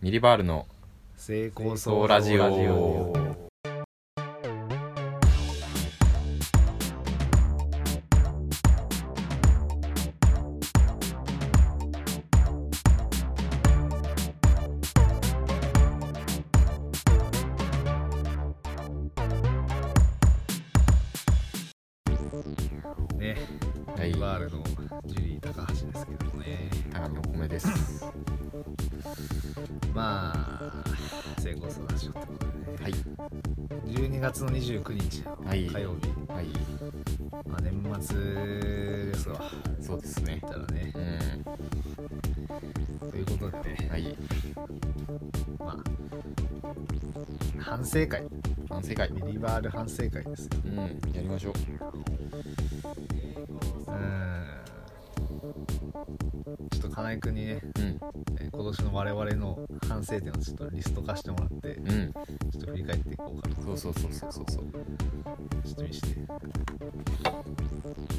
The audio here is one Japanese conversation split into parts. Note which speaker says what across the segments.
Speaker 1: ミリバールの
Speaker 2: 成功
Speaker 1: そ
Speaker 2: そうう
Speaker 1: ラジオ
Speaker 2: ね
Speaker 1: はい
Speaker 2: バールのジュリー高橋ですけどね
Speaker 1: 高見お米です
Speaker 2: まあ成功そうラジオってことでね、
Speaker 1: はい
Speaker 2: 12月の29日
Speaker 1: はい
Speaker 2: 火曜日、
Speaker 1: はい
Speaker 2: まあ、年末ですわ
Speaker 1: そうですね
Speaker 2: 言ったらね
Speaker 1: うん
Speaker 2: ということでね
Speaker 1: はい
Speaker 2: まあ反省会
Speaker 1: 反省会
Speaker 2: ミニバール反省会ですよ
Speaker 1: うんやりましょう
Speaker 2: うーんちょっと金井君にね
Speaker 1: うん
Speaker 2: えー今年の我々の反省点をちょっとリスト化してもらっ
Speaker 1: う
Speaker 2: て、ち
Speaker 1: ん
Speaker 2: ょっと振り返っていこうかな
Speaker 1: そうそうそうそうそうそう
Speaker 2: ちょっと見して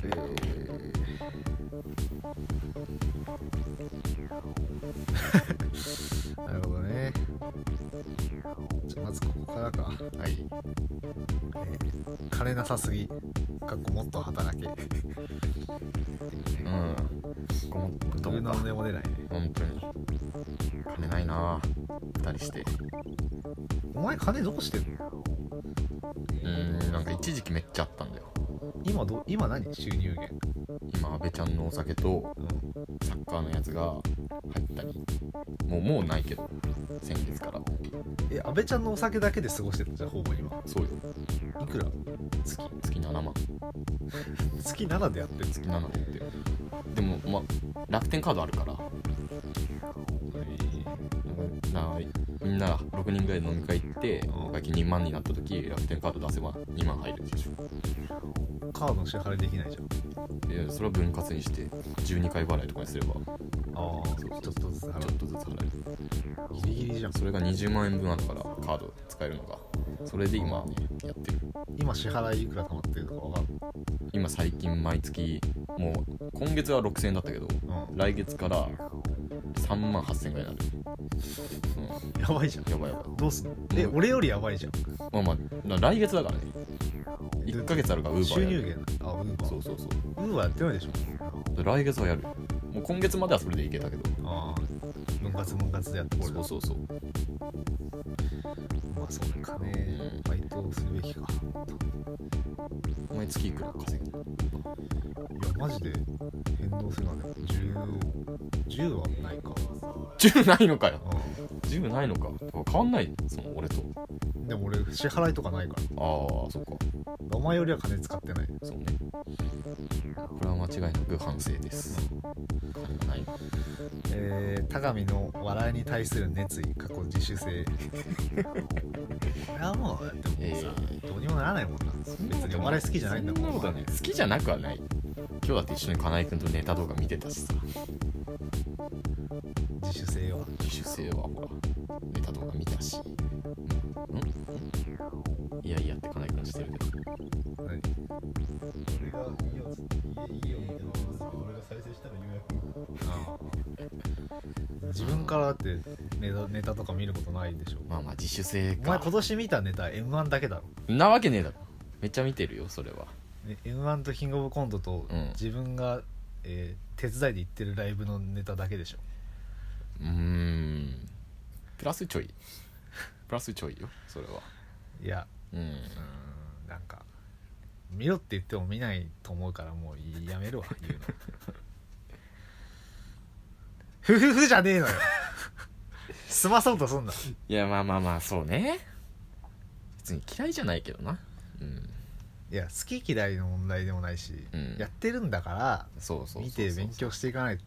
Speaker 1: えー
Speaker 2: なるほどねじゃあまずここからか、
Speaker 1: はい
Speaker 2: えー金なさすぎかっこもっと働け
Speaker 1: うんごもっと
Speaker 2: どれ
Speaker 1: も
Speaker 2: の
Speaker 1: か
Speaker 2: でも出ないね
Speaker 1: 本当に金ないな二人して
Speaker 2: お前金どうしてんの
Speaker 1: うんなんか一時期めっちゃあったんだよ
Speaker 2: 今ど今何収入源、
Speaker 1: 今安倍ちゃんのお酒と
Speaker 2: う
Speaker 1: サッカーのやつが入ったりもうもうないけど先月から
Speaker 2: ん、え安倍ちゃんのお酒だけで過ごしてるんじゃんほぼ今
Speaker 1: そうよ
Speaker 2: いくら
Speaker 1: 月月7万
Speaker 2: 月7でやってる月
Speaker 1: 月7ってでもまあ楽天カードあるからなんかなみんな6人ぐらいで飲み会行ってお会計2万になった時楽天カード出せば2万入るでしょ
Speaker 2: カードの支払いできないじゃん
Speaker 1: でそれを分割にして12回払いとかにすればちょ
Speaker 2: ああちょっとずつ払
Speaker 1: っとずつ払える
Speaker 2: うギリギリじゃん
Speaker 1: それが20万円分あるからカード使えるのがそれで今やってる
Speaker 2: 今支払いいくら溜まってるとかわかる
Speaker 1: 今最近毎月もう今月は6000円だったけど
Speaker 2: う
Speaker 1: 来月から3万8000円ぐらいになる、
Speaker 2: んやばいじゃ
Speaker 1: うん、やばいやばい
Speaker 2: んどうすんのえ俺よりやばいじゃん
Speaker 1: まあまあな来月だからね1ヶ月あるからウーバー
Speaker 2: 収入源あウーバ
Speaker 1: そう
Speaker 2: ー
Speaker 1: そうそう
Speaker 2: ウーバーやってないでしょ
Speaker 1: で来月はやるもう今月まではそれでいけたけど
Speaker 2: ああ分割分割でやってこれ
Speaker 1: そうそうそう
Speaker 2: まあそうね金バイトをするべきか
Speaker 1: お前月いくら稼 ぐの
Speaker 2: いやマジで変動するまで10 10はないか
Speaker 1: 10ないのかよ
Speaker 2: う
Speaker 1: 10ないのか変わんないその俺と
Speaker 2: んでも俺支払いとかないから
Speaker 1: ああそっか
Speaker 2: お前よりは金使ってない
Speaker 1: そうねこれは間違いなく反省です金がない
Speaker 2: えー、高見の笑いに対する熱意過去自主 性これはもうだってもうさ、
Speaker 1: え
Speaker 2: どうにもならないもんな別にお笑い好きじゃないんだもん
Speaker 1: そなことはね好きじゃなくはない今日だって一緒に金井君とネタ動画見てたしさ
Speaker 2: 自主性は
Speaker 1: 自主性はほらネタ動画見たしうんんいやいやって金井君してるけど
Speaker 2: 何
Speaker 3: 俺がいいよ、いいよみたいなことですけど、俺が再生したらようやく
Speaker 2: ああ自分からだってネタネタとか見ることないでしょ
Speaker 1: まあまあ自主性
Speaker 2: お前
Speaker 1: か
Speaker 2: 今年見たネタ m 1だけだろ
Speaker 1: んなわけねえだろめっちゃ見てるよそれは
Speaker 2: ね m 1とキングオブコントと
Speaker 1: うん
Speaker 2: 自分が、えー手伝いで行ってるライブのネタだけでしょ
Speaker 1: うーんプラスちょい プラスちょいよそれはい
Speaker 2: や
Speaker 1: うん
Speaker 2: うーんなんか見ろって言っても見ないと思うからもうやめ るわ言うのふふふじゃねえのよ済まそうとすんない
Speaker 1: やまあまあまあそうね別に嫌いじゃないけどなうん
Speaker 2: いや好き嫌いの問題でもないし、
Speaker 1: うん
Speaker 2: やってるんだから
Speaker 1: そうそうそうそう
Speaker 2: 見て勉強していかないと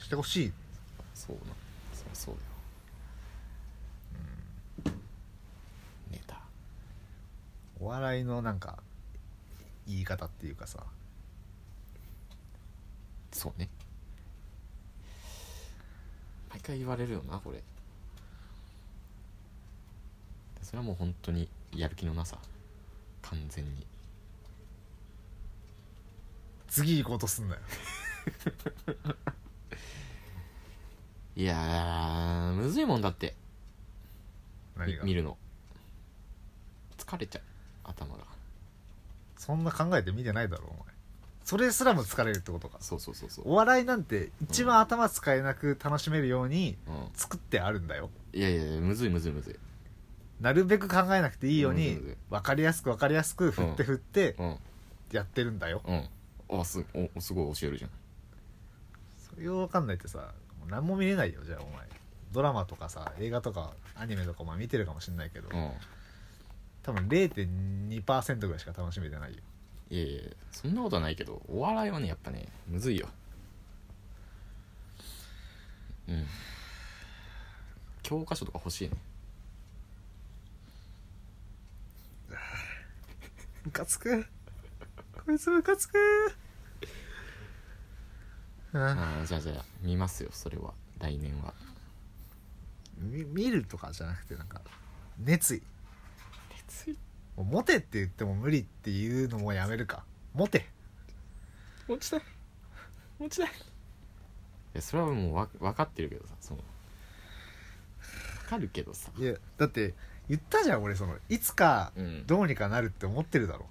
Speaker 2: してほしい
Speaker 1: そうなそうそうだよ、うん、ネタ
Speaker 2: お笑いのなんか言い方っていうかさ
Speaker 1: そうね毎回言われるよなこれそれはもう本当にやる気のなさ完全に
Speaker 2: 次行こうとすんなよ
Speaker 1: いやーむずいもんだって
Speaker 2: 何が
Speaker 1: 見るの疲れちゃう頭が
Speaker 2: そんな考えて見てないだろお前それすらも疲れるってことか
Speaker 1: そうそうそうそう、
Speaker 2: お笑いなんて一番頭使えなく楽しめるように
Speaker 1: う
Speaker 2: 作ってあるんだよ
Speaker 1: ん、いやいやいやむずいむずいむずい
Speaker 2: なるべく考えなくていいように
Speaker 1: うん
Speaker 2: 分かりやすく分かりやすく振って振って
Speaker 1: うん
Speaker 2: やってるんだよ
Speaker 1: うんあすおすごい教えるじゃん
Speaker 2: それを分かんないってさもう何も見れないよじゃあお前ドラマとかさ映画とかアニメとかお前見てるかもしんないけど
Speaker 1: うん
Speaker 2: 多分0.2%ぐらいしか楽しめてないよ
Speaker 1: いやいやそんなことはないけどお笑いはねやっぱねむずいようん教科書とか欲しいね
Speaker 2: ムカつくこいつムカつくあ
Speaker 1: ああじゃあじゃあ見ますよそれは来年は
Speaker 2: み見るとかじゃなくてなんか熱意
Speaker 1: 熱い
Speaker 2: もうモテって言っても無理っていうのもやめるかモテ
Speaker 1: 落ちたい落ちたいいやそれはもうわ分かってるけどさその分かるけどさ
Speaker 2: いやだって言ったじゃん俺そのいつか
Speaker 1: うん
Speaker 2: どうにかなるって思ってるだろ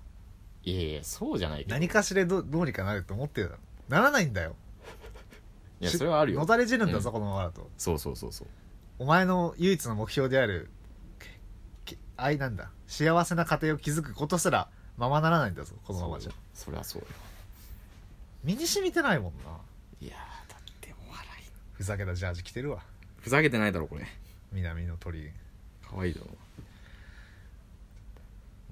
Speaker 1: いやいやそうじゃないけど
Speaker 2: 何かしらどどうにかなるって思ってるだろならないんだよ
Speaker 1: いやそれはある
Speaker 2: 野
Speaker 1: よ
Speaker 2: だれ汁んだぞ、このままだと
Speaker 1: そうそうそうそう
Speaker 2: お前の唯一の目標であるけけ愛なんだ幸せな家庭を築くことすらままならないんだぞこのままじゃ
Speaker 1: そうそりゃそうよ
Speaker 2: 身に染みてないもんない
Speaker 1: やーだってお笑い
Speaker 2: ふざけたジャージ着てるわ
Speaker 1: ふざけてないだろこれ
Speaker 2: 南の鳥も
Speaker 1: 可愛いだろ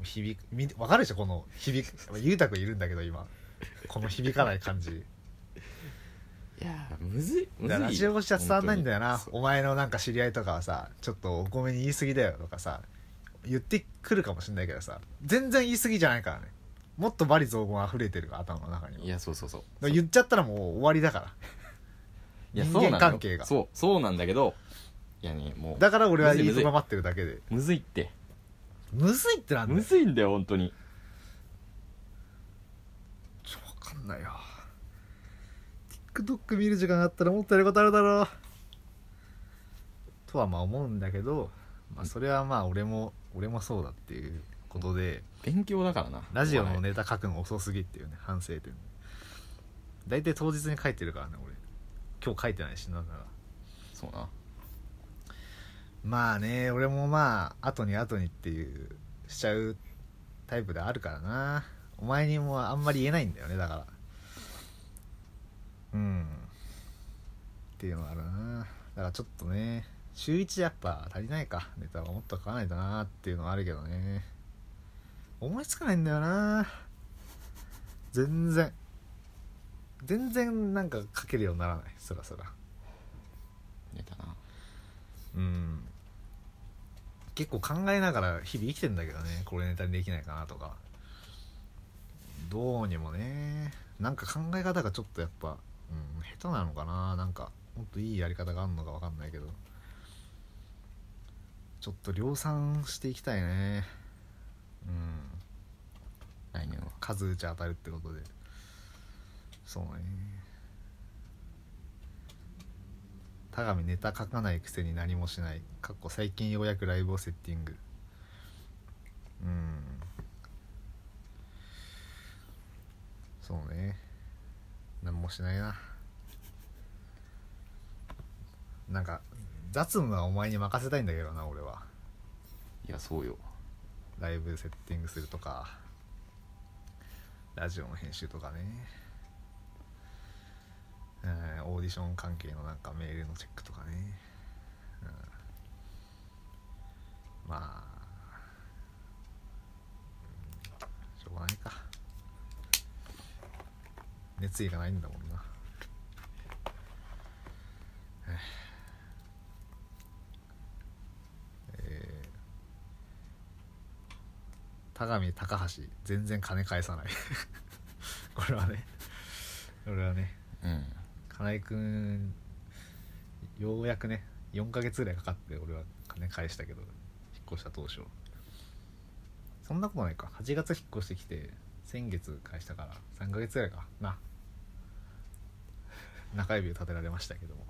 Speaker 2: う響くみわかるでしょこの響く裕太君いるんだけど今この響かない感じ
Speaker 1: いやーむずいむず
Speaker 2: だ
Speaker 1: い
Speaker 2: から
Speaker 1: よ
Speaker 2: ラジオ越しじゃ伝わんないんだよな
Speaker 1: 本当に
Speaker 2: お前のなんか知り合いとかはさちょっとお米に言い過ぎだよとかさ言ってくるかもしんないけどさ全然言い過ぎじゃないからねもっと罵詈雑言溢れてるから頭の中に
Speaker 1: そう
Speaker 2: はい
Speaker 1: やそうそうそう
Speaker 2: だから言っちゃったらもう終わりだから
Speaker 1: いや
Speaker 2: 人
Speaker 1: そうなん
Speaker 2: 間
Speaker 1: だよ
Speaker 2: 関係が
Speaker 1: そうそうなんだけどいやねもう
Speaker 2: だから俺は
Speaker 1: むずいむ
Speaker 2: 言い
Speaker 1: ず
Speaker 2: と
Speaker 1: い
Speaker 2: どまってるだけで
Speaker 1: むずいって
Speaker 2: むずいってなんだ
Speaker 1: む
Speaker 2: よ
Speaker 1: ずいんだよ本当に
Speaker 2: ちょ分かんないよ TikTok 見る時間があったらもっとやることあるだろうとはまあ思うんだけど、まあ、それはまあ俺も俺もそうだっていうことで、
Speaker 1: 勉強だからな
Speaker 2: ラジオの
Speaker 1: お笑い
Speaker 2: ネタ書くの遅すぎっていうね反省点大体当日に書いてるからね俺今日書いてないしなんなら
Speaker 1: そうな
Speaker 2: まあね俺もまあ後に後にっていうしちゃうタイプであるからなお前にもあんまり言えないんだよねだからうんっていうのがあるなだからちょっとね週1やっぱ足りないかネタはもっと書かないとなっていうのはあるけどね思いつかないんだよな全然全然なんか書けるようにならないそらそら
Speaker 1: ネタな
Speaker 2: うん結構考えながら日々生きてんだけどねこれネタにできないかなとかどうにもねなんか考え方がちょっとやっぱ、うん、下手なのかななんかもっといいやり方があるのかわかんないけどちょっと量産していきたいねうん
Speaker 1: 来年は
Speaker 2: 数打ち当たるってことでそうね田上ネタ書かないくせに何もしないかっこ最近ようやくライブをセッティングうんそうね何もしないななんか雑務はお前に任せたいんだけどな俺はい
Speaker 1: やそうよ
Speaker 2: ライブセッティングするとかラジオの編集とかねうんオーディション関係のなんかメールのチェックとかね、うん、まあうんしょうがないか熱意がないんだもんなえー田上高橋全然金返さない これはねこれはね
Speaker 1: うん
Speaker 2: 金井君ようやくね4ヶ月ぐらいかかって俺は金返したけど引っ越した当初そんなことないか8月引っ越してきて先月返したから3ヶ月ぐらいかな 中指を立てられましたけども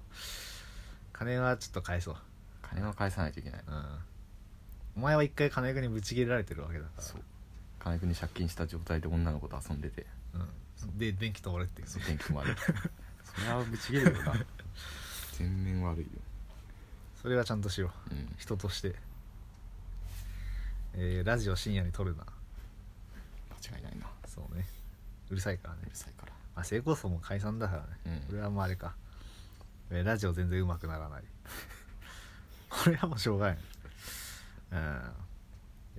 Speaker 2: 金はちょっと返そう
Speaker 1: 金は返さないといけない
Speaker 2: うんお前は一回金具にぶち切れられてるわけだから
Speaker 1: そう金具に借金した状態で女の子と遊んでて
Speaker 2: うん、で電気止まれっていうね
Speaker 1: そう天気も 悪いそれはぶち切れるよな全面悪いよ
Speaker 2: それはちゃんとしよう
Speaker 1: うん
Speaker 2: 人として、えーラジオ深夜に撮るな
Speaker 1: 間違いないな
Speaker 2: そうねうるさいからね
Speaker 1: うるさいから
Speaker 2: あ成功層も解散だからね、
Speaker 1: うん
Speaker 2: 俺はもうあれか、えーラジオ全然うまくならない これはもうしょうがないうん、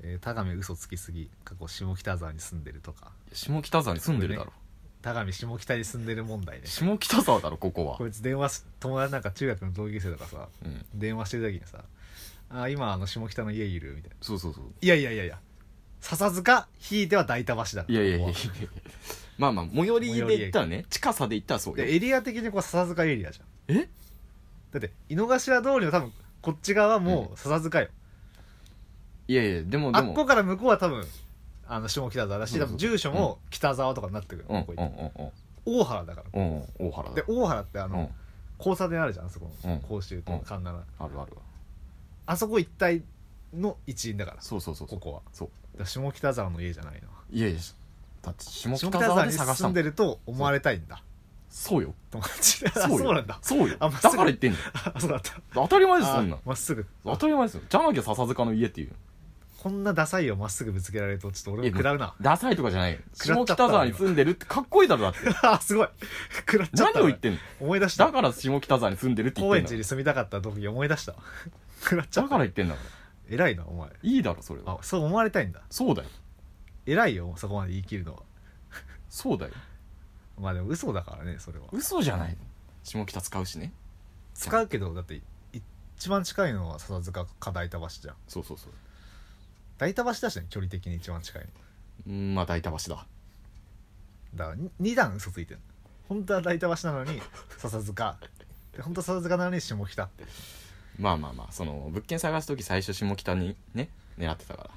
Speaker 2: えー、田上嘘つきすぎ過去下北沢に住んでるとか
Speaker 1: 下北沢に住んでるだろ
Speaker 2: 田上下北に住んでる問題ね
Speaker 1: 下北沢だろここは
Speaker 2: こいつ電話し友達なんか中学の同級生とかさ
Speaker 1: うん
Speaker 2: 電話してる時にさ「あー今あの下北の家いる?」みたいな
Speaker 1: そうそうそう
Speaker 2: いやいやいやいや笹塚ひいては代田橋だ
Speaker 1: いやいやいやいやまあまあ最寄りで行ったらね 近さで行ったらそう
Speaker 2: で
Speaker 1: よ
Speaker 2: エリア的にこう笹塚エリアじゃん
Speaker 1: え
Speaker 2: だって井の頭通りの多分こっち側はもう笹塚よ、
Speaker 1: いやいやでもで
Speaker 2: あっこ
Speaker 1: も
Speaker 2: から向こうは多分あの下北沢だし
Speaker 1: そう
Speaker 2: 多
Speaker 1: そう
Speaker 2: 分住所も北沢とかになってくる、
Speaker 1: うんうん
Speaker 2: こ
Speaker 1: う
Speaker 2: こ
Speaker 1: ん
Speaker 2: 行って大原だから
Speaker 1: うんうん大原だ
Speaker 2: で大原ってあ
Speaker 1: う
Speaker 2: の、
Speaker 1: ん
Speaker 2: 交差点あるじゃんあそこの、
Speaker 1: うん
Speaker 2: 甲州と
Speaker 1: うん
Speaker 2: 神奈川
Speaker 1: あるあるわ
Speaker 2: あそこ一帯の一員だから
Speaker 1: そうそうそうそ
Speaker 2: こ
Speaker 1: う
Speaker 2: こは
Speaker 1: そう
Speaker 2: だから下北沢の家じゃない
Speaker 1: いやいやだって下
Speaker 2: の
Speaker 1: 北
Speaker 2: 下北
Speaker 1: 沢
Speaker 2: 沢
Speaker 1: で
Speaker 2: に
Speaker 1: 探した
Speaker 2: 住ん
Speaker 1: も
Speaker 2: で
Speaker 1: ん
Speaker 2: ると思われたいんだ
Speaker 1: そうよ
Speaker 2: 友達で
Speaker 1: そ
Speaker 2: あ
Speaker 1: うよ
Speaker 2: そうなんだ
Speaker 1: そうよ
Speaker 2: あ
Speaker 1: だ
Speaker 2: まっす
Speaker 1: か
Speaker 2: ぐ
Speaker 1: ら言ってんの
Speaker 2: あそうだった
Speaker 1: 当たり前ですそんな
Speaker 2: あ
Speaker 1: ん
Speaker 2: まっすぐ
Speaker 1: 当たり前ですよじゃなきゃ笹塚の家っていう
Speaker 2: こんなダサいよまっすぐぶつけられるとちょっと俺も食らうな
Speaker 1: ダサいとかじゃないよ
Speaker 2: 食らっ
Speaker 1: 下
Speaker 2: ちゃ
Speaker 1: 北
Speaker 2: ったわ
Speaker 1: 沢に住んでるってかっこいいだろだって
Speaker 2: あすごい食らっちゃった
Speaker 1: 何を言ってんの
Speaker 2: 思い出した
Speaker 1: だから下北沢に住んでるって言っ
Speaker 2: 高
Speaker 1: てん
Speaker 2: 円
Speaker 1: だ
Speaker 2: 寺
Speaker 1: ろ
Speaker 2: に住みたかった時思い出したわ 食らっちゃっ
Speaker 1: だ
Speaker 2: た
Speaker 1: から言ってんだろ
Speaker 2: 偉いなお前
Speaker 1: いいだろそれは
Speaker 2: あそう思われたいんだ
Speaker 1: そうだよ
Speaker 2: 偉いよそこまで言い切るのは
Speaker 1: そうだよ
Speaker 2: まあでも嘘だからねそれは
Speaker 1: 嘘じゃない下北使うしね
Speaker 2: 使うけどだって一番近いのは笹塚か大田橋じゃん
Speaker 1: そうそうそう
Speaker 2: 大田橋だしね距離的に一番近いの
Speaker 1: うんまあ大田橋だ
Speaker 2: だからに二段嘘ついてる本当は大田橋なのに笹塚で本当は笹塚なのに下北って
Speaker 1: まあまあまあその物件探す時最初下北にね狙ってたから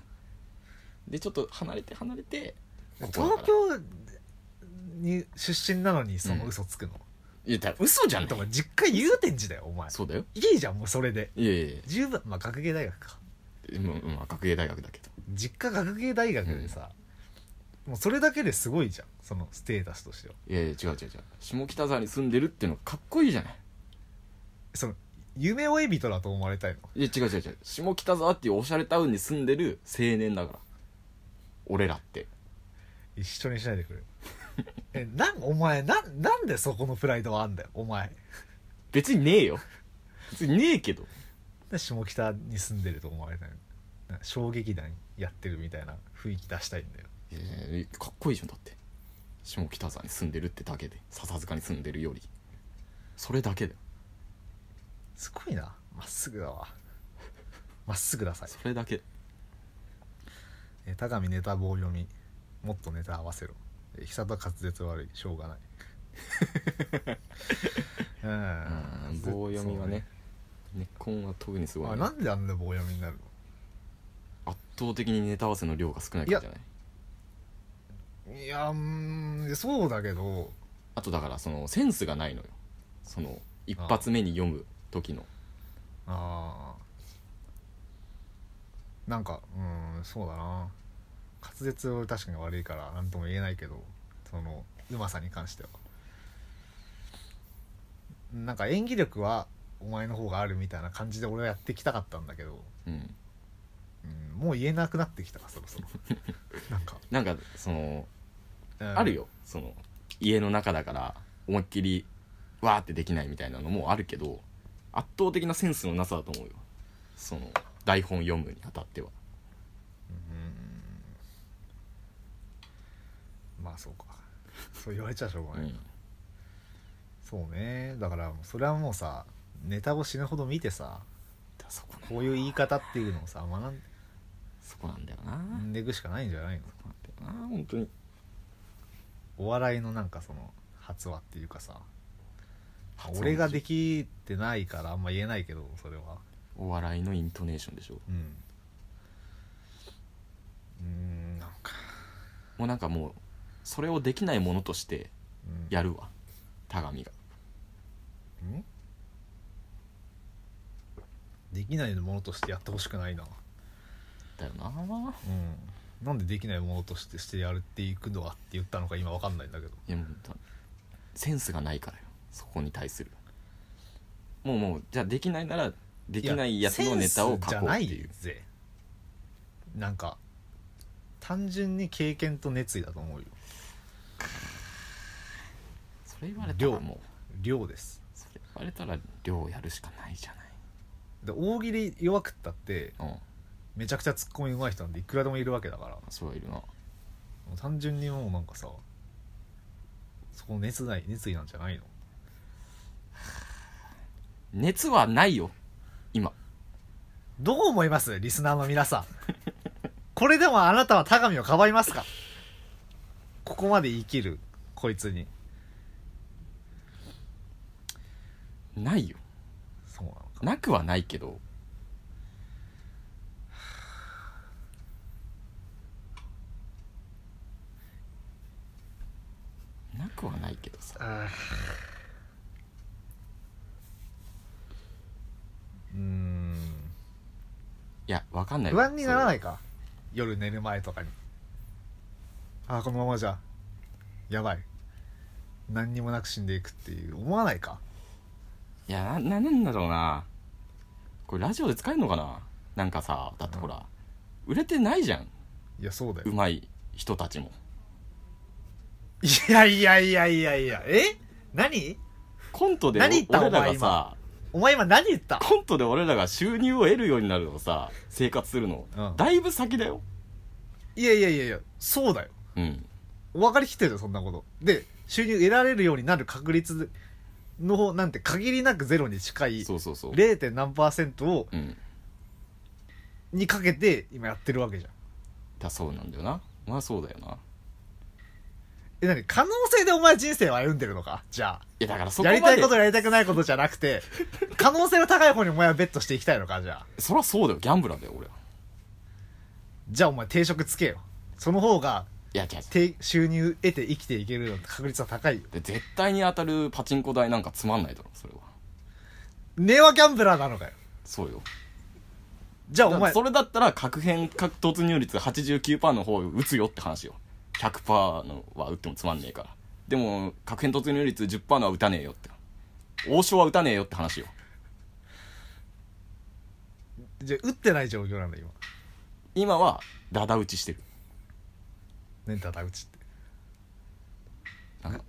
Speaker 1: でちょっと離れて離れてここだから
Speaker 2: 東京に出身なのにその嘘つくの、
Speaker 1: いやだから嘘じゃん
Speaker 2: と
Speaker 1: と
Speaker 2: か実家祐天寺だよお前
Speaker 1: そうだよ
Speaker 2: いいじゃんもうそれで
Speaker 1: いやいやいや
Speaker 2: 十分まあ学芸大学か
Speaker 1: でもうんまあ学芸大学だけど
Speaker 2: 実家学芸大学でさ、もうそれだけですごいじゃんそのステータスとしてはい
Speaker 1: やいや違う違う違う下北沢に住んでるっていうのかっこいいじゃない
Speaker 2: その夢追い人だと思われたいの
Speaker 1: いや違う違う違う下北沢っていうおしゃれタウンに住んでる青年だから俺らって
Speaker 2: 一緒にしないでくれえなんお前なんなんでそこのプライドはあんだよお前
Speaker 1: 別にねえよ別にねえけど
Speaker 2: で下北に住んでると思われたいのなんか小劇団やってるみたいな雰囲気出したいんだよ
Speaker 1: いやいやいやかっこいいじゃんだって下北沢に住んでるってだけで笹塚に住んでるよりそれだけだよ
Speaker 2: すごいなまっすぐだわまっすぐださい
Speaker 1: それだけ
Speaker 2: えー田上ネタ棒読みもっとネタ合わせろえー久田滑舌悪いしょうが ないう
Speaker 1: うん
Speaker 2: ん
Speaker 1: 棒読みはね根っこんは特にす
Speaker 2: そう
Speaker 1: ご
Speaker 2: ね
Speaker 1: い、
Speaker 2: あ
Speaker 1: ね
Speaker 2: な、んであんな棒読みになる
Speaker 1: 圧倒的にネタ合わせの量が少ないからじゃない
Speaker 2: のいやうーんそうだけど
Speaker 1: あとだからそのセンスがないのよその一発目に読む時の
Speaker 2: あーなんかうんそうだな滑舌は確かに悪いから何とも言えないけどそのうまさに関してはなんか演技力はお前の方があるみたいな感じで俺はやってきたかったんだけど、
Speaker 1: うん
Speaker 2: うん、もう言えなくなってきたかそろそ ろなんか、
Speaker 1: なんかその
Speaker 2: うん
Speaker 1: あるよその家の中だから思いっきりわーってできないみたいなのもあるけど圧倒的なセンスのなさだと思うよその台本読むにあたっては
Speaker 2: まあそうかそう言われちゃしょうが
Speaker 1: う
Speaker 2: ない、
Speaker 1: ん
Speaker 2: そうねだからそれはもうさネタを死ぬほど見てさ
Speaker 1: だそこな
Speaker 2: こういう言い方っていうのをさ学ん
Speaker 1: そこなんだよな、
Speaker 2: 踏んでいくしかないんじゃないの
Speaker 1: そこなんだよな本当に
Speaker 2: お笑いのなんかその発話っていうかさ
Speaker 1: 発音
Speaker 2: 俺ができてないからあんま言えないけどそれは
Speaker 1: お笑いのイントネーションでしょ
Speaker 2: うんうーんなんか
Speaker 1: もうなんかもうそれをできないものとして
Speaker 2: うん
Speaker 1: やるわ田上が
Speaker 2: んできないものとしてやってほしくないな
Speaker 1: だよな
Speaker 2: うんなんでできないものとしてしてやるっていくのはって言ったのか今わかんないんだけど
Speaker 1: いやもうだセンスがないからよそこに対するもうもうじゃあできないならできないやつのネタを書こうって
Speaker 2: セン
Speaker 1: いう
Speaker 2: スじゃないぜなんか単純に経験と熱意だと思うよ
Speaker 1: それ言われたらもう
Speaker 2: 量です
Speaker 1: それ言われたら量やるしかないじゃ
Speaker 2: で大喜利弱くったって
Speaker 1: ないうん
Speaker 2: めちゃくちゃツッコミ上手い人なんていくらでもいるわけだからも
Speaker 1: そうはいるな
Speaker 2: う単純にもうなんかさそこの熱ない熱意なんじゃないの
Speaker 1: 熱はないよ今
Speaker 2: どう思いますリスナーの皆さんこれでもあなたは田上をかばいますかここまで生きるこいつに
Speaker 1: ないよ
Speaker 2: そうなのか
Speaker 1: なくはないけど なくはないけどさ
Speaker 2: あーうーん
Speaker 1: いやわかんない
Speaker 2: 不安にならないいか夜寝る前とかにああこのままじゃやばい何にもなく死んでいくっていう思わないか
Speaker 1: いやななんだろうなこれラジオで使えるのかななんかさだってほら、売れてないじゃん
Speaker 2: いやそうだよ
Speaker 1: うまい人たちも
Speaker 2: いやいやいやいやいやえ何
Speaker 1: コントで
Speaker 2: 何言った
Speaker 1: 俺ら
Speaker 2: お前
Speaker 1: がさ
Speaker 2: 今お前今何言った
Speaker 1: コントで俺らが収入を得るようになるのさ生活するの、
Speaker 2: うん
Speaker 1: だいぶ先だよ
Speaker 2: いやいやいやいやそうだよ
Speaker 1: うん
Speaker 2: 分かりきってるよそんなことで収入得られるようになる確率の方なんて限りなくゼロに近い
Speaker 1: そうそうそう、
Speaker 2: 0. 何パーセントを
Speaker 1: うん、
Speaker 2: にかけて今やってるわけじゃん
Speaker 1: だそうなんだよなまあそうだよない
Speaker 2: え何可能性でお前人生を歩んでるのかじゃ
Speaker 1: やだからそ
Speaker 2: あ
Speaker 1: こ
Speaker 2: や
Speaker 1: まで
Speaker 2: りたいことやりたくないことじゃなくて可能性の高い方にお前はベットしていきたいのかじゃあ
Speaker 1: そりゃそうだよギャンブラーだよ俺は
Speaker 2: じゃあお前定職つけよその方が
Speaker 1: いや違う違う
Speaker 2: 定収入得て生きていけるのって確率は高いよ
Speaker 1: で絶対に当たるパチンコ台なんかつまんないだろそれは
Speaker 2: ネワギャンブラーなのかよ
Speaker 1: そうよ
Speaker 2: じゃあ
Speaker 1: だ
Speaker 2: お
Speaker 1: から
Speaker 2: 前
Speaker 1: それだったら核変核突入率89%の方を打つよって話よ100%のは打ってもつまんねえからでも核変突入率10%のは打たねえよって王将は打たねえよって話よ
Speaker 2: じゃあ打ってない状況なんだ今
Speaker 1: 今はダダ打ちしてる
Speaker 2: ねただ打ちって
Speaker 1: なんか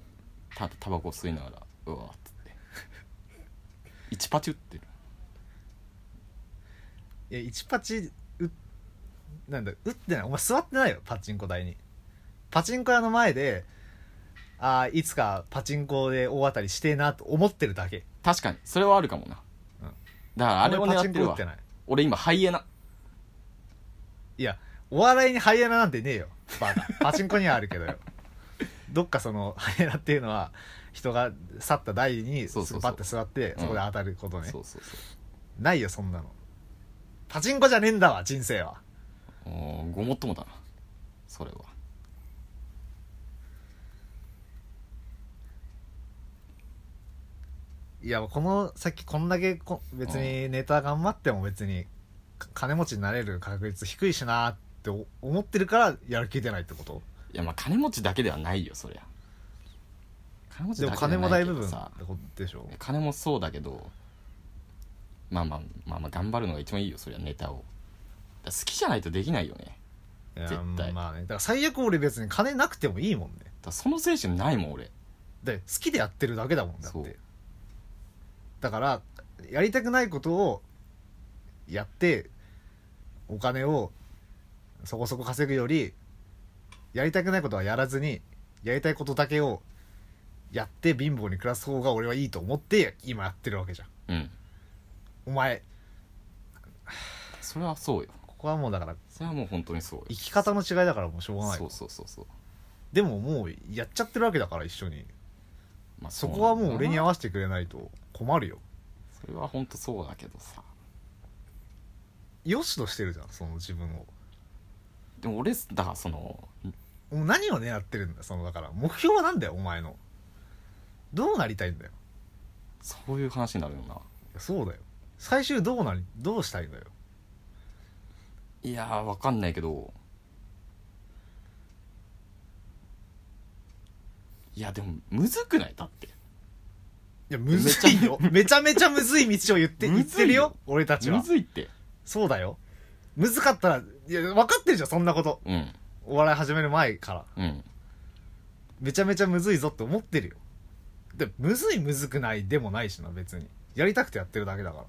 Speaker 1: たタバコ吸いながらうわーっつって1パチ打ってる
Speaker 2: いや1パチうなんだ打ってないお前座ってないよパチンコ台にパチンコ屋の前でああいつかパチンコで大当たりしてえなと思ってるだけ
Speaker 1: 確かにそれはあるかもな、
Speaker 2: うん
Speaker 1: だからあれを
Speaker 2: お前
Speaker 1: 狙
Speaker 2: パ
Speaker 1: っ
Speaker 2: チン
Speaker 1: てる
Speaker 2: コ打っ
Speaker 1: わ
Speaker 2: てない
Speaker 1: 俺今ハイエナ
Speaker 2: いやお笑いにハイエナなんてねえよバカパチンコにはあるけどよどっかそのハイエナっていうのは人が去った台に
Speaker 1: そうそうそう
Speaker 2: バッて座って
Speaker 1: うん
Speaker 2: そこで当たることね、
Speaker 1: そうそうそ
Speaker 2: ないよそんなのパチンコじゃねえんだわ人生は
Speaker 1: うおーごもっともだなそれは
Speaker 2: いやこの先こんだけこ別にネタ頑張っても別にか金持ちになれる確率低いしなーってお思ってるからやる気出ないってこと
Speaker 1: いやまあ金持ちだけではないよそりゃ金持ち
Speaker 2: で
Speaker 1: だ
Speaker 2: も
Speaker 1: けで
Speaker 2: 金
Speaker 1: は
Speaker 2: も
Speaker 1: な
Speaker 2: 大
Speaker 1: いけど
Speaker 2: 部分って
Speaker 1: さ
Speaker 2: ことでしょ
Speaker 1: 金もそうだけどまあまあまあまあ頑張るのが一番いいよそりゃネタをだから好きじゃないとできないよねだか
Speaker 2: いや
Speaker 1: 絶対
Speaker 2: まあねだから最悪俺別に金なくてもいいもんね
Speaker 1: らその精神ないもん俺
Speaker 2: で好きでやってるだけだもんだっ
Speaker 1: そう
Speaker 2: てだからやりたくないことをやってお金をそこそこ稼ぐよりやりたくないことはやらずにやりたいことだけをやって貧乏に暮らす方が俺はいいと思って今やってるわけじゃ
Speaker 1: う
Speaker 2: ん
Speaker 1: ん
Speaker 2: お前
Speaker 1: それはそうよ
Speaker 2: ここはもうだから
Speaker 1: それはもう本当にそうよ
Speaker 2: 生き方の違いだからもうしょうがない
Speaker 1: そうそうそうそう
Speaker 2: でももうやっちゃってるわけだから一緒に
Speaker 1: まあ
Speaker 2: そこはもう俺に合
Speaker 1: わ
Speaker 2: わせてくれないと困るよ
Speaker 1: それは本当そうだけどさ
Speaker 2: よしとしてるじゃんその自分を
Speaker 1: でも俺だからその
Speaker 2: もう何を狙ってるんだそのだから目標は何だよお前のどうなりたいんだよ
Speaker 1: そういう話になるよな
Speaker 2: そうだよ最終どうなりどうしたいんだよ
Speaker 1: いやーわかんないけどいやでもむずくないだって
Speaker 2: いやむずいよめちゃめちゃむずい道を言って言
Speaker 1: むずいよ
Speaker 2: ってるよ俺たち
Speaker 1: む
Speaker 2: は
Speaker 1: ずいって
Speaker 2: そうだよむずかったらいや分かってるじゃんそんなこと
Speaker 1: うん
Speaker 2: お笑い始める前から
Speaker 1: うん
Speaker 2: めちゃめちゃむずいぞって思ってるよでむずいむずくないでもないしな別にやりたくてやってるだけだか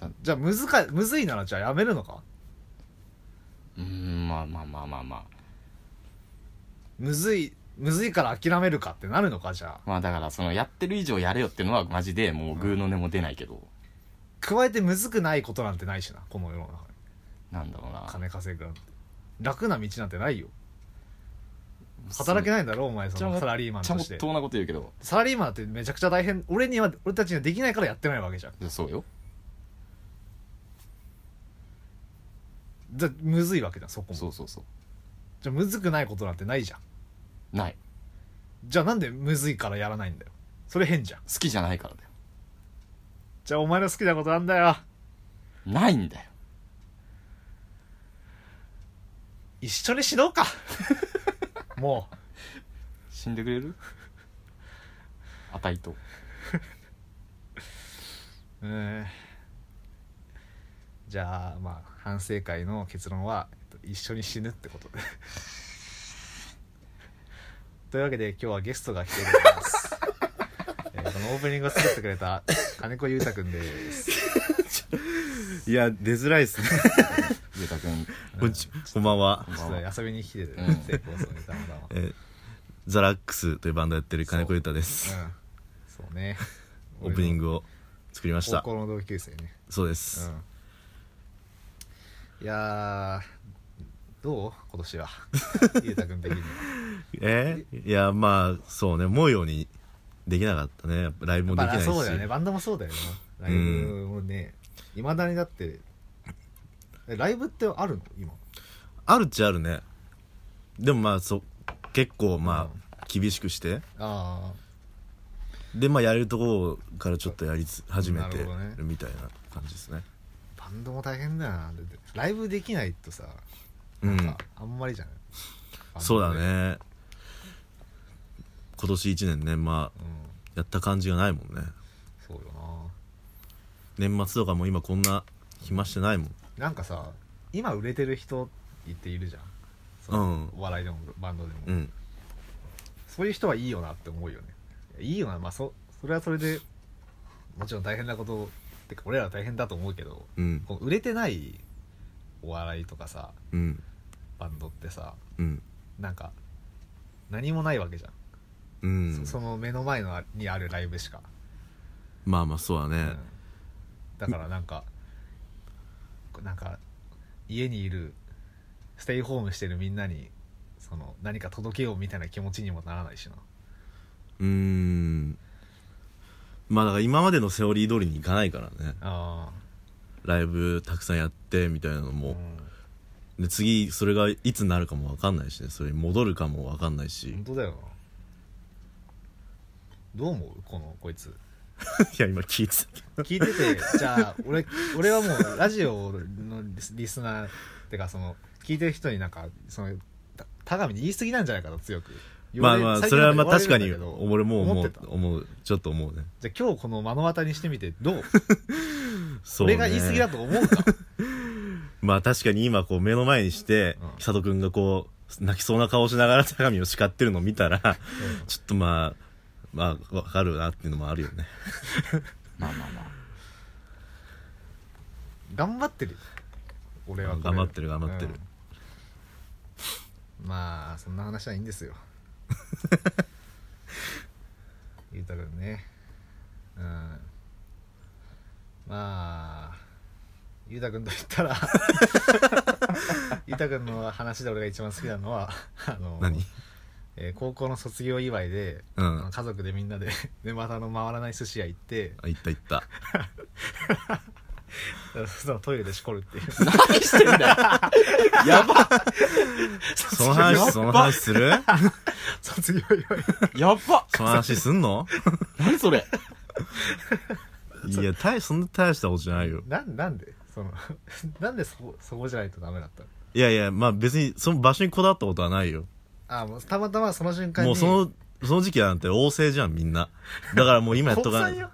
Speaker 2: ら
Speaker 1: だ
Speaker 2: じゃあむずかむずいならじゃあやめるのか
Speaker 1: うーんまあまあまあまあまあ
Speaker 2: むずいむずいから諦めるかってなるのかじゃあ
Speaker 1: まあだからそのやってる以上やれよってのはマジでもうグーの音も出ないけど、
Speaker 2: 加えてむずくないことなんてないしなこの世の中に
Speaker 1: なんだろうな
Speaker 2: 金稼ぐなんて楽な道なんてないよ働けないんだろお前そのサラリーマン
Speaker 1: ちゃ
Speaker 2: と
Speaker 1: ん
Speaker 2: して
Speaker 1: となこと言うけど
Speaker 2: サラリーマンだってめちゃくちゃ大変俺には俺たちにはできないからやってないわけじゃん
Speaker 1: いやそうよ
Speaker 2: じゃあむずいわけだそこも
Speaker 1: そうそうそ
Speaker 2: じゃあむずくないことなんてないじゃん
Speaker 1: うない
Speaker 2: じゃあなんでむずいからやらないんだよそれ変じゃん
Speaker 1: 好きじゃないからだよ
Speaker 2: じゃあお前の好きなことなんだよ
Speaker 1: ないんだよ
Speaker 2: 一緒に死の うかもう
Speaker 1: 死んでくれ るあたいと
Speaker 2: うーんじゃあまあ反省会の結論はえっと一緒に死ぬってことで というわけで今日はゲストが来ており ます、えーこのオープニングを作ってくれた金子裕太君です
Speaker 4: いや、出づらいですね。
Speaker 1: 裕太君
Speaker 4: こんにちこんばんは
Speaker 1: こ。ん
Speaker 2: ち
Speaker 1: ば
Speaker 2: ょ
Speaker 1: んは
Speaker 2: っと遊びに来てて、
Speaker 1: うん
Speaker 2: 成功そうネタまだま
Speaker 4: えーザラックスというバンドやってる金子裕太です。
Speaker 2: うんそうね
Speaker 4: オープニン
Speaker 2: グ
Speaker 4: グを作りまし
Speaker 2: 高
Speaker 4: た。
Speaker 2: 校の同級生ね
Speaker 4: そうです。
Speaker 2: うんいやーどう今年 はゆうたくん的には
Speaker 4: えーいや、まあ、そうね、思うようにできなかったね。やっぱライブもでき
Speaker 2: ま
Speaker 4: な
Speaker 2: あ
Speaker 4: いし。
Speaker 2: そうだよねバンドもそうだよなライブもねいま、未だにだってえライブってあるの今
Speaker 4: あるっちゃあるね。でもまあ、そう、結構
Speaker 2: う
Speaker 4: ま
Speaker 2: ん
Speaker 4: あ、厳しくして。
Speaker 2: あ
Speaker 4: で、まあ、やれるところからちょっとやりつ始めて
Speaker 2: なるほどね
Speaker 4: るみたいな感じですね。
Speaker 2: あバンドも大変だよなだってライブできないとさ
Speaker 4: うん。
Speaker 2: あんまりじゃない
Speaker 4: そうだ、ね。今年1年ね、まあ、
Speaker 2: バンドでうん、
Speaker 4: やった感じがないもんね。
Speaker 2: そうよ
Speaker 4: 年末とかも今こんな暇してないもん
Speaker 2: ななんかさ今売れてる人っているじゃんその
Speaker 4: うん
Speaker 2: お笑いでもバンドでも、
Speaker 4: うん
Speaker 2: そういう人はいいよなって思うよねいやいいよなまあそそれはそれでもちろん大変なことてか俺らは大変だと思うけど
Speaker 4: うん
Speaker 2: こう売れてないお笑いとかさ
Speaker 4: うん
Speaker 2: バンドってさ
Speaker 4: うん
Speaker 2: なんか何もないわけじゃん、
Speaker 4: うん
Speaker 2: そその目の前のあにあるライブしか、
Speaker 4: まあまあそうだ
Speaker 2: う
Speaker 4: ね
Speaker 2: ん、だからなんかこうなんか家にいるステイホームしてるみんなにその何か届けようみたいな気持ちにもならないしな
Speaker 4: うんんまあだから今までのセオリー通りにいかないからね
Speaker 2: あ
Speaker 4: ライブたくさんやってみたいなの
Speaker 2: あ、う
Speaker 4: も、
Speaker 2: ん
Speaker 4: で次それがいつになるかもわかんないしねそれに戻るかもわかんな いし、
Speaker 2: 本
Speaker 4: い
Speaker 2: 当だよなどう思うこのこいつ
Speaker 4: や今聞いてたけど
Speaker 2: 聞いて てじゃあ俺俺はもうラジオのリスリスナーってかその聞いてる人になんかそのた田上に言い過ぎなんじゃないかと強く言
Speaker 4: ま
Speaker 2: わ
Speaker 4: あ
Speaker 2: れ
Speaker 4: まあ
Speaker 2: 最
Speaker 4: そ
Speaker 2: 近
Speaker 4: れは
Speaker 2: なん
Speaker 4: まあ確
Speaker 2: 言わ
Speaker 4: か
Speaker 2: れ
Speaker 4: に
Speaker 2: るんだけど
Speaker 4: 俺も思
Speaker 2: 思っ
Speaker 4: う
Speaker 2: てた
Speaker 4: 思うちょっと思うね
Speaker 2: じゃあ今日この目の当たりにしてみてどう
Speaker 4: そうね
Speaker 2: 俺が言い過ぎだと思うか
Speaker 4: まあ確かに今こう目の前にして、
Speaker 2: うん
Speaker 4: 久人君がこう泣きそうな顔しながら高見を叱ってるのを見たら、ちょっとまあまあわかるなっていうのもあるよね
Speaker 1: まあまあまあ
Speaker 2: 頑張ってるよ俺はこれ
Speaker 4: 頑張ってる頑張ってる
Speaker 2: うんまあそんな話はいいんですよ ゆうたくんねうんまあゆうたくんと言った らゆうたくんの話で俺が一番好きなのはあの
Speaker 4: 何
Speaker 2: えー高校の卒業祝いで、
Speaker 4: うん
Speaker 2: あの家族でみんなで沼田の回らない寿司屋行って
Speaker 4: あいったいった
Speaker 2: そのトイレでしこるっていう
Speaker 1: 何してんだよ やば
Speaker 4: その話その話する
Speaker 2: 卒業祝い
Speaker 1: やば
Speaker 4: その話すんの
Speaker 1: 何それ
Speaker 4: いや大そんな大したことじゃないよ
Speaker 2: なんなんでその なんでそこそこじゃないとダメだったの
Speaker 4: いやいやまあ別にその場所にこだわったことはないよ
Speaker 2: あもうたまたまその瞬間に
Speaker 4: もうそのその時期なんて旺盛じゃんみんなだからもう今やっとか
Speaker 2: な
Speaker 4: な
Speaker 2: いいよ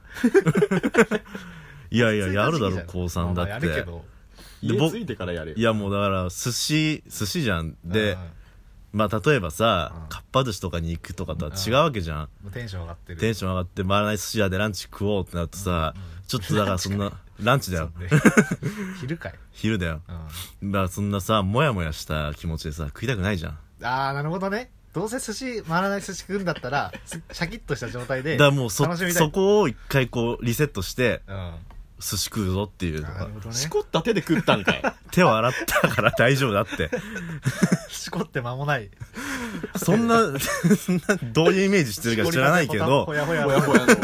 Speaker 4: いやいややる
Speaker 2: そ
Speaker 4: だ
Speaker 2: んな時
Speaker 4: ろ
Speaker 2: 期じゃん
Speaker 4: 高3だ
Speaker 2: まあまあや
Speaker 4: って
Speaker 2: るけど
Speaker 1: 家
Speaker 4: 僕
Speaker 1: ついてからやれよ
Speaker 4: いやもうだから寿司寿司じゃんで
Speaker 2: うん
Speaker 4: まあ例えば
Speaker 2: う
Speaker 4: さ
Speaker 2: ん
Speaker 4: かっぱ寿司とかに行くとかとは違うわけじゃん
Speaker 2: もうテンション上がってる
Speaker 4: テン
Speaker 2: シ
Speaker 4: ション上がって回らない寿司屋でランチ食おうってなるとさちょっとだからそんなランチだよ
Speaker 2: 昼かい、
Speaker 4: 昼だよ
Speaker 2: うん、あ
Speaker 4: だからそんなさモヤモヤした気持ちでさ食いたくないじゃん
Speaker 2: あなるほどねどうせ寿司回らない寿司食うんだったらすシャキッとした状態で
Speaker 4: だからもう
Speaker 2: 楽
Speaker 4: そ
Speaker 2: しみたい
Speaker 4: そこを一回こうリセットして
Speaker 2: うんあ
Speaker 4: 寿司食うぞっていう
Speaker 2: ーなるほどね
Speaker 1: しこった手で食ったん かい
Speaker 4: 手を洗ったから大丈夫だって
Speaker 2: しこって間もない
Speaker 4: そんなそんなどういうイメージしてるか知らないけ
Speaker 2: ほ
Speaker 4: ど
Speaker 2: やほや
Speaker 1: ほ
Speaker 2: ほ
Speaker 1: や
Speaker 2: や
Speaker 1: ほ
Speaker 2: ほ
Speaker 1: やの威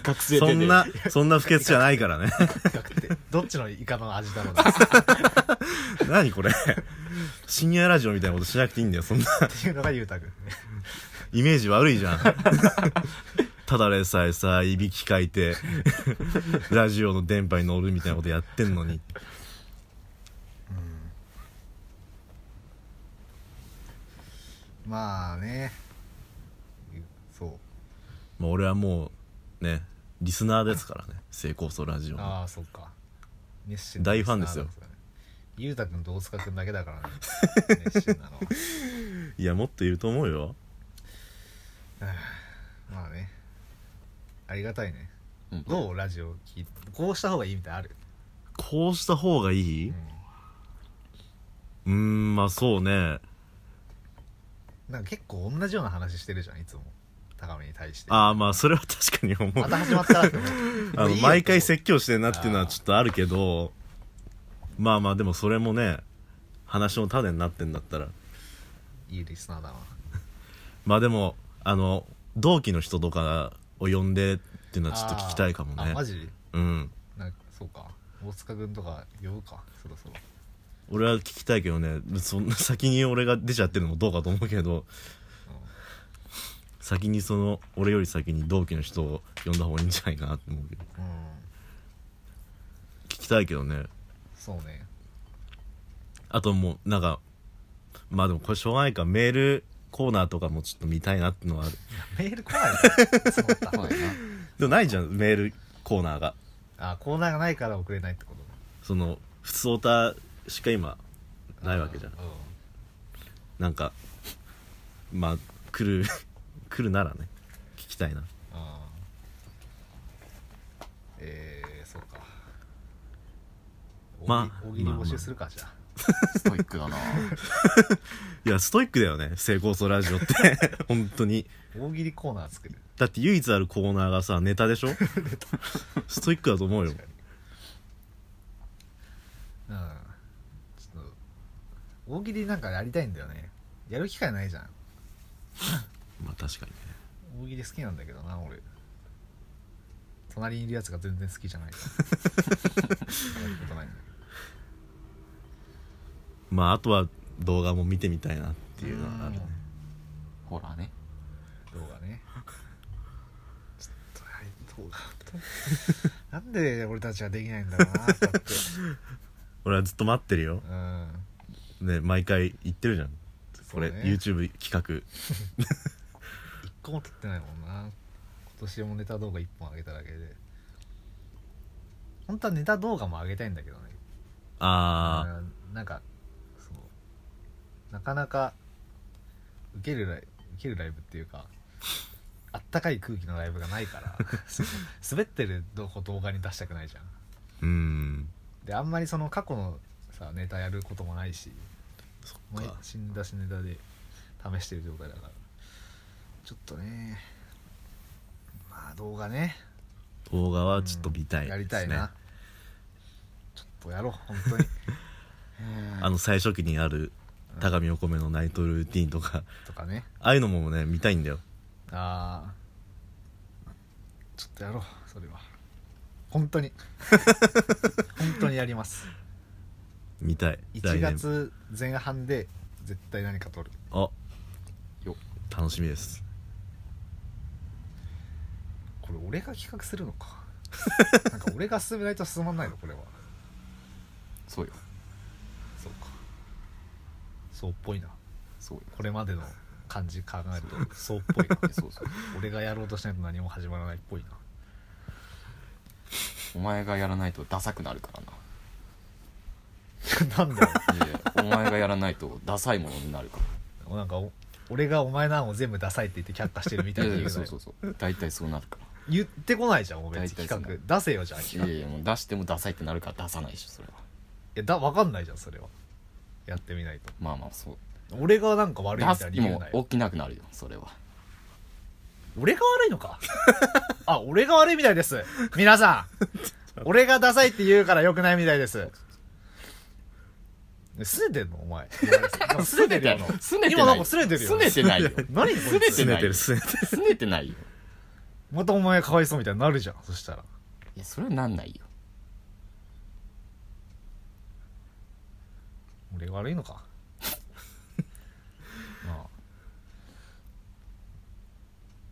Speaker 1: 嚇性手
Speaker 4: そ
Speaker 1: で
Speaker 4: んなそんな不潔じゃないからね
Speaker 2: やってどっちのイカの味だろうなっ
Speaker 4: 何これ深夜ラジオみたいなことしなくていいんだよそんな
Speaker 2: ていうのがゆうたくんね
Speaker 4: イメージ悪いじゃんただでさえさいびきかいてラジオの電波に乗るみたいなことやってんのに
Speaker 2: まあねそう
Speaker 4: もう俺はもうねリスナーですからね成功層ラジオの
Speaker 2: ああそっか熱心
Speaker 4: 大ファンですよ
Speaker 2: ゆうたくんと大塚くんだけだからね 熱心なのはい
Speaker 4: やもっといると思うよ
Speaker 2: まあねありがたいね
Speaker 1: うん
Speaker 2: どうラジオ聞いてこうした方がいいみたいなのある
Speaker 4: こうした方がいい
Speaker 2: うん
Speaker 4: うーんまあそうね
Speaker 2: なんか結構同じような話してるじゃんいつも高めに対して
Speaker 4: ああまあそれは確かに思う
Speaker 2: また始まったって思う
Speaker 4: あ
Speaker 2: もう
Speaker 4: の
Speaker 2: いいよ
Speaker 4: 毎回説教してんなっていうのはちょっとあるけどまあまあでもそれもね話の種になってんだったら
Speaker 2: いいリスナーだな
Speaker 4: まあでもあの同期の人とかを呼んでっていうのはちょっと聞きたいかも
Speaker 2: あー
Speaker 4: ね
Speaker 2: あマジ
Speaker 4: うん
Speaker 2: なんかそうか大塚くんとか呼ぶかそろそろ
Speaker 4: 俺は聞きたいけどねそ んな先に俺が出ちゃってるのもどうかと思うけど先にその俺より先に同期の人を呼んだ方がいいんじゃないかなって思うけど
Speaker 2: うん
Speaker 4: 聞きたいけどね
Speaker 2: そうね
Speaker 4: あともうなんかまあでもこれしょうがないかメールコーナーとかもちょっと見たいなってのはある
Speaker 2: メール来 ないからそうだ
Speaker 1: そうやな
Speaker 4: でもないじゃんメールコーナーが
Speaker 2: あコーナーがないから送れないってこと
Speaker 4: その普通オタしか今ないわけじゃん
Speaker 2: うん
Speaker 4: なんかまあ来る 来るならね聞きたいな
Speaker 2: あーえー、そうか
Speaker 4: まあ
Speaker 2: 大喜利
Speaker 4: まあまあ
Speaker 2: 募集するかじゃあ
Speaker 1: ストイックだない
Speaker 4: やストイックだよね成功層ラジオって 本当に
Speaker 2: 大喜利コーナー作る
Speaker 4: だって唯一あるコーナーがさネタでしょストイックだと思うよ
Speaker 2: うんちょっと大喜利なんかやりたいんだよねやる機会ないじゃん
Speaker 4: まあ確かにね
Speaker 2: 大喜利好きなんだけどな俺隣にいるやつが全然好きじゃないから やることないんだ
Speaker 4: まああとは動画も見てみたいなっていうのはあるね
Speaker 1: ほらね
Speaker 2: けど動画ねちょっとはい動画本当になんで俺たちはできないんだろうなだ って
Speaker 4: 俺はずっと待ってるよ
Speaker 2: うん
Speaker 4: ね毎回言ってるじゃんこれ、
Speaker 2: そうね
Speaker 4: YouTube 企
Speaker 2: 一個も撮ってないもんな今年もネタ動画1本上げただけで本当はネタ動画も上げたいんだけどね
Speaker 4: 画ああ
Speaker 2: うんなんかそのなかなか受けるライ受けるライブっていうかあったかい空気のライブがないから その滑ってる動画動画に出したくないじゃん
Speaker 4: うん
Speaker 2: であんまりその過去のさネタやることもないし
Speaker 4: そっ
Speaker 2: 毎
Speaker 4: か
Speaker 2: 死んだしネタで試してる状態だからちょっとねまあ動画ね
Speaker 4: 動画はちょっと見たいです、ね
Speaker 2: やりたいなちょっとやろう本当に
Speaker 4: あの最初期にある高見お米のナイトルーティンとか
Speaker 2: とかね
Speaker 4: ああいうのもね見たいんだよ
Speaker 2: ああちょっとやろうそれは本当に 本当にやります
Speaker 4: 見たい
Speaker 2: 1月前半で絶対何か撮る
Speaker 4: あ
Speaker 1: よ
Speaker 4: 楽しみです
Speaker 2: これ俺が企画するのかなんか俺が進めないと進まんないのこれは
Speaker 1: そうよ
Speaker 2: そうかそうっぽいな
Speaker 1: そうよ
Speaker 2: これまでの感じ考えるとそうっぽいな
Speaker 1: そうそう
Speaker 2: 俺がやろうとしないと何も始まらないっぽいな
Speaker 1: お前がやらないとダサくなるからな
Speaker 2: なんだよ
Speaker 1: いやお前がやらないとダサいものになるか
Speaker 2: もうなんかお俺がお前なを全部ダサいって言って却下してるみた
Speaker 1: ら
Speaker 2: い
Speaker 1: い
Speaker 2: な
Speaker 1: やい
Speaker 2: 言う
Speaker 1: や
Speaker 2: な
Speaker 1: そ
Speaker 2: よ
Speaker 1: うそうそう大体そうなるから
Speaker 2: 言ってこないじゃんもう別に
Speaker 1: 大体そん
Speaker 2: 企
Speaker 1: な
Speaker 2: 画出せよじゃあ
Speaker 1: い
Speaker 2: 企
Speaker 1: や
Speaker 2: 画い
Speaker 1: いやもう出してもダサいってなるから出さないでしょそれは
Speaker 2: やだ分かんないじゃんそれはやってみないと
Speaker 1: まあまあそう
Speaker 2: 俺がなんか悪いみ
Speaker 1: 出
Speaker 2: たいな
Speaker 1: す
Speaker 2: 理
Speaker 1: 気
Speaker 2: 由
Speaker 1: も
Speaker 2: ない
Speaker 1: 起きなくなるよそれは
Speaker 2: 俺が悪いのかあ俺が悪いみたいです皆さん俺がダサいって言うからよくないみたいですねすねてんのお 前すねてるよな
Speaker 1: すねてない
Speaker 2: 今なんかすねてるよ
Speaker 1: すねてないよ
Speaker 2: 何
Speaker 1: すねて
Speaker 4: 拗ね
Speaker 1: ない
Speaker 4: て
Speaker 1: よ
Speaker 4: る拗ねてる
Speaker 1: すねてないよ
Speaker 2: またお前かわいそうみたいになるじゃんそしたら
Speaker 1: いやそれはなんないよ
Speaker 2: 俺が悪いのかまあ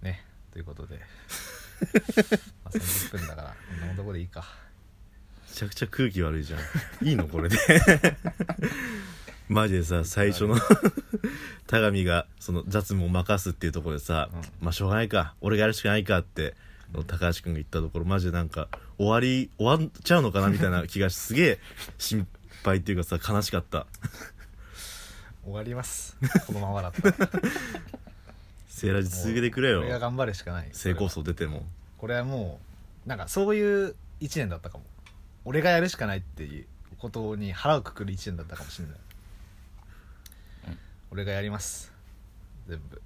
Speaker 2: ねということでまあ30分だからこんなとこでいいか
Speaker 4: めちゃくちゃ空気悪いじゃんいいのこれでマジでさ最初の田上がその雑務を任すっていうところでさ、まあしょうがないか俺がやるしかないかって高橋君が言ったところマジでなんか終わり終わっちゃうのかなみたいな気がしすげえ心配っていうかさ悲しかった
Speaker 2: 終わりますこのままだったら
Speaker 4: セーラジ続けてくれよ
Speaker 2: 俺が頑張るしかない
Speaker 4: 成功層出ても
Speaker 2: これはもうなんかそういう1年だったかも俺がやるしかないっていうことに腹をくくる1年だったかもしれない、俺がやります全部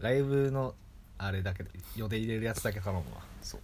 Speaker 2: ライブのあれだけ予定入れるやつだけ頼むわ
Speaker 1: そう